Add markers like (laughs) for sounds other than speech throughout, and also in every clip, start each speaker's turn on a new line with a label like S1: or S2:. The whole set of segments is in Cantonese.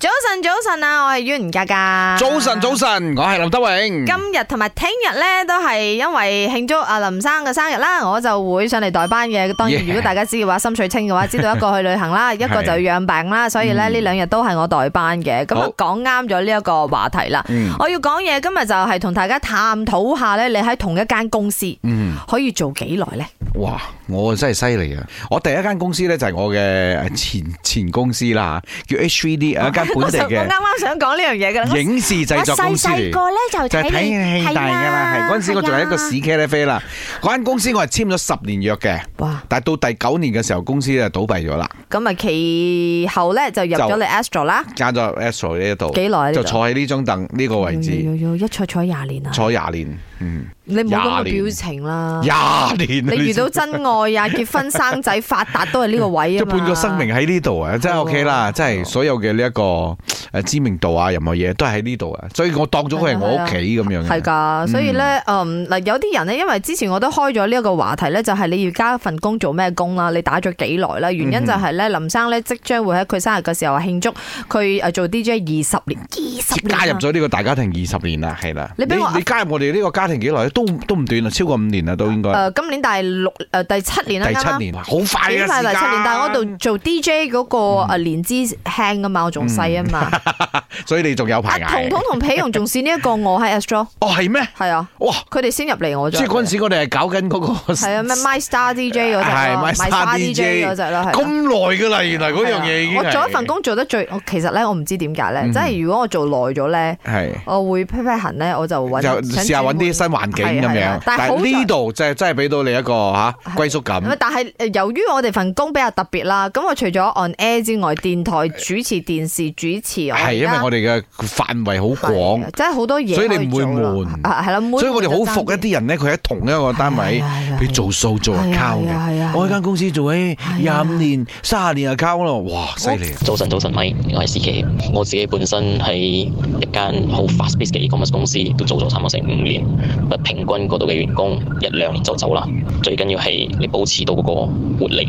S1: 早晨，早晨啊，我係袁家家。
S2: 早晨，早。晨，我係林德榮。
S1: 今日同埋聽日咧，都係因為慶祝阿林生嘅生日啦，我就會上嚟代班嘅。當然，
S2: Yeah
S1: 如果大家知嘅話，心水清嘅
S2: (laughs)
S1: 話，知道一個去旅行啦，一個就養病啦，所以咧呢兩日都係我代班嘅。咁啊
S2: 好，
S1: 講啱咗呢一個話題啦。
S2: 嗯
S1: 我要講嘢，今日就係同大家探討下咧，你喺同一間公司
S2: 嗯，
S1: 可以做幾耐咧？
S2: 哇，我真係犀利啊！我第一間公司咧就係我嘅呃前前公司啦，叫 H3D，一間本地
S1: 我想我啱
S2: 嘅
S1: 啱想講呢樣嘢㗎啦。
S2: 影視製作公司
S3: 我細細
S2: 嚟。
S3: 個咧就
S2: 就係
S3: 睇
S2: 睇
S3: 你
S2: 戲大㗎啦，係嗰陣時我仲係一個
S3: 係啊
S2: 屎茄喱啡啦。嗰間公司我係簽咗十年約嘅，
S1: 哇！
S2: 但係到第九年嘅時候，公司就倒閉咗啦，
S1: 咁啊，其後咧就入咗你 Astro 啦，
S2: 加咗 Astro 呢一度，
S1: 幾耐呢嗯
S2: 就坐喺呢張凳呢個位置
S1: 呦呦呦一坐坐廿年啊！
S2: 坐廿年，嗯，
S1: 你唔好咁嘅
S2: 廿年
S1: 表情啦，
S2: 廿年啊。
S1: 你遇到真愛啊，結婚生仔發達都係呢個位啊
S2: 即 (laughs)
S1: 嘛哦
S2: 半個生命喺呢度啊，真係 OK 啦，真係所有嘅呢一個诶知名度啊，任何嘢都喺呢度啊，所以我當咗佢係我屋企咁樣嘅。
S1: 係㗎，所以咧，嗯嗱，有啲人咧，因為之前我都開咗呢一個話題咧，就係你而家份工做咩工啦，你打咗幾耐啦？
S2: 嗯
S1: 原因就係咧，林生咧即將會喺佢生日嘅時候慶祝佢呃誒做 DJ 二十年，二十
S2: 加
S1: 年
S2: 入
S1: 啊
S2: 咗呢個大家庭二十年啦，係啦。
S1: 你
S2: 你
S1: 俾我啊
S2: 你加入我哋呢個家庭幾耐？都都唔短啦，啊超過五年啦，都應該。
S1: 誒今年第六誒第七年呃啦，
S2: 第
S1: 啱
S2: 七
S1: 啱
S2: 年啦，好快
S1: 幾
S2: 啊！
S1: 快第七年，但係我度
S2: 度，
S1: 做 DJ 嗰個誒
S2: 嗯
S1: 年資輕啊嘛，我仲細啊嘛。
S2: 所以你仲有
S1: 阿
S2: 排
S1: 彤
S2: 捱。
S1: 彤啊同皮蓉仲試呢一個我喺 Astro，
S2: 哦，係咩？
S1: 係啊，
S2: 哇！
S1: 佢哋先入嚟我
S2: 即
S1: 就
S2: 係嗰陣時，我哋係搞緊嗰個
S1: 係啊咩 My Star DJ 嗰只
S2: 係
S1: 咯
S2: My Star
S1: DJ 嗰只啦，係啊
S2: 咁耐㗎啦，原來嗰樣嘢已
S1: 係
S2: 經
S1: 啊
S2: 係嗯
S1: 我做一份工做得最，我其實咧我唔知點解咧，即係如果我做耐咗咧，
S2: 係。
S1: 我會 pat pat 痕咧，我就揾
S2: 就試下揾啲新環境咁樣，
S1: 但
S2: 但
S1: 係好
S2: 係呢
S1: 在。
S2: 度就係真係俾到你一個吓歸屬感。
S1: 但係呃由於我哋份工比較特別啦，咁我除咗 on air 之外，電台主持、電視主持，
S2: 係因為我
S1: 哋
S2: 哋嘅範圍好廣，
S1: 即係啊好多嘢可
S2: 所
S1: 做
S2: 以
S1: 啦，
S2: 你唔會悶
S1: 啊係啦，悶
S2: 所以我哋好服
S1: 就
S2: 一
S1: 爭
S2: 啲人咧，佢喺同一個單位
S1: 係啊係啊，
S2: 譬如做數做
S1: 係啊
S2: account
S1: 係啊係啊
S2: 嘅，我喺間公司做喺
S1: 係啊
S2: 廿五年、卅年 account 咯，哇，犀利啊！
S4: 早晨，早晨，咪，我係司機。我自己本身喺一間好 fast pace 嘅 e-commerce 公司，都做咗差唔多成五年。不平均嗰度嘅員工一兩年就走啦。最緊要係你保持到嗰個活力，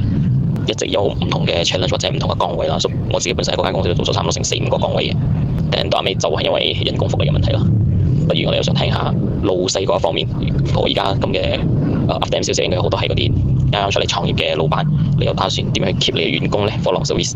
S4: 一直有唔同嘅 challenge 或者唔同嘅崗位啦。所以我自己本身喺嗰間公司都做咗差唔多成四五個崗位嘅，但到後尾就係因為人工福利嘅問題啦。不如我哋又想聽下老細嗰一方面，我而家咁嘅呃誒 up d a 小姐應該有好多係嗰啲啱啱出嚟創業嘅老闆，你又打算點樣 keep 你嘅員工呢？For long service。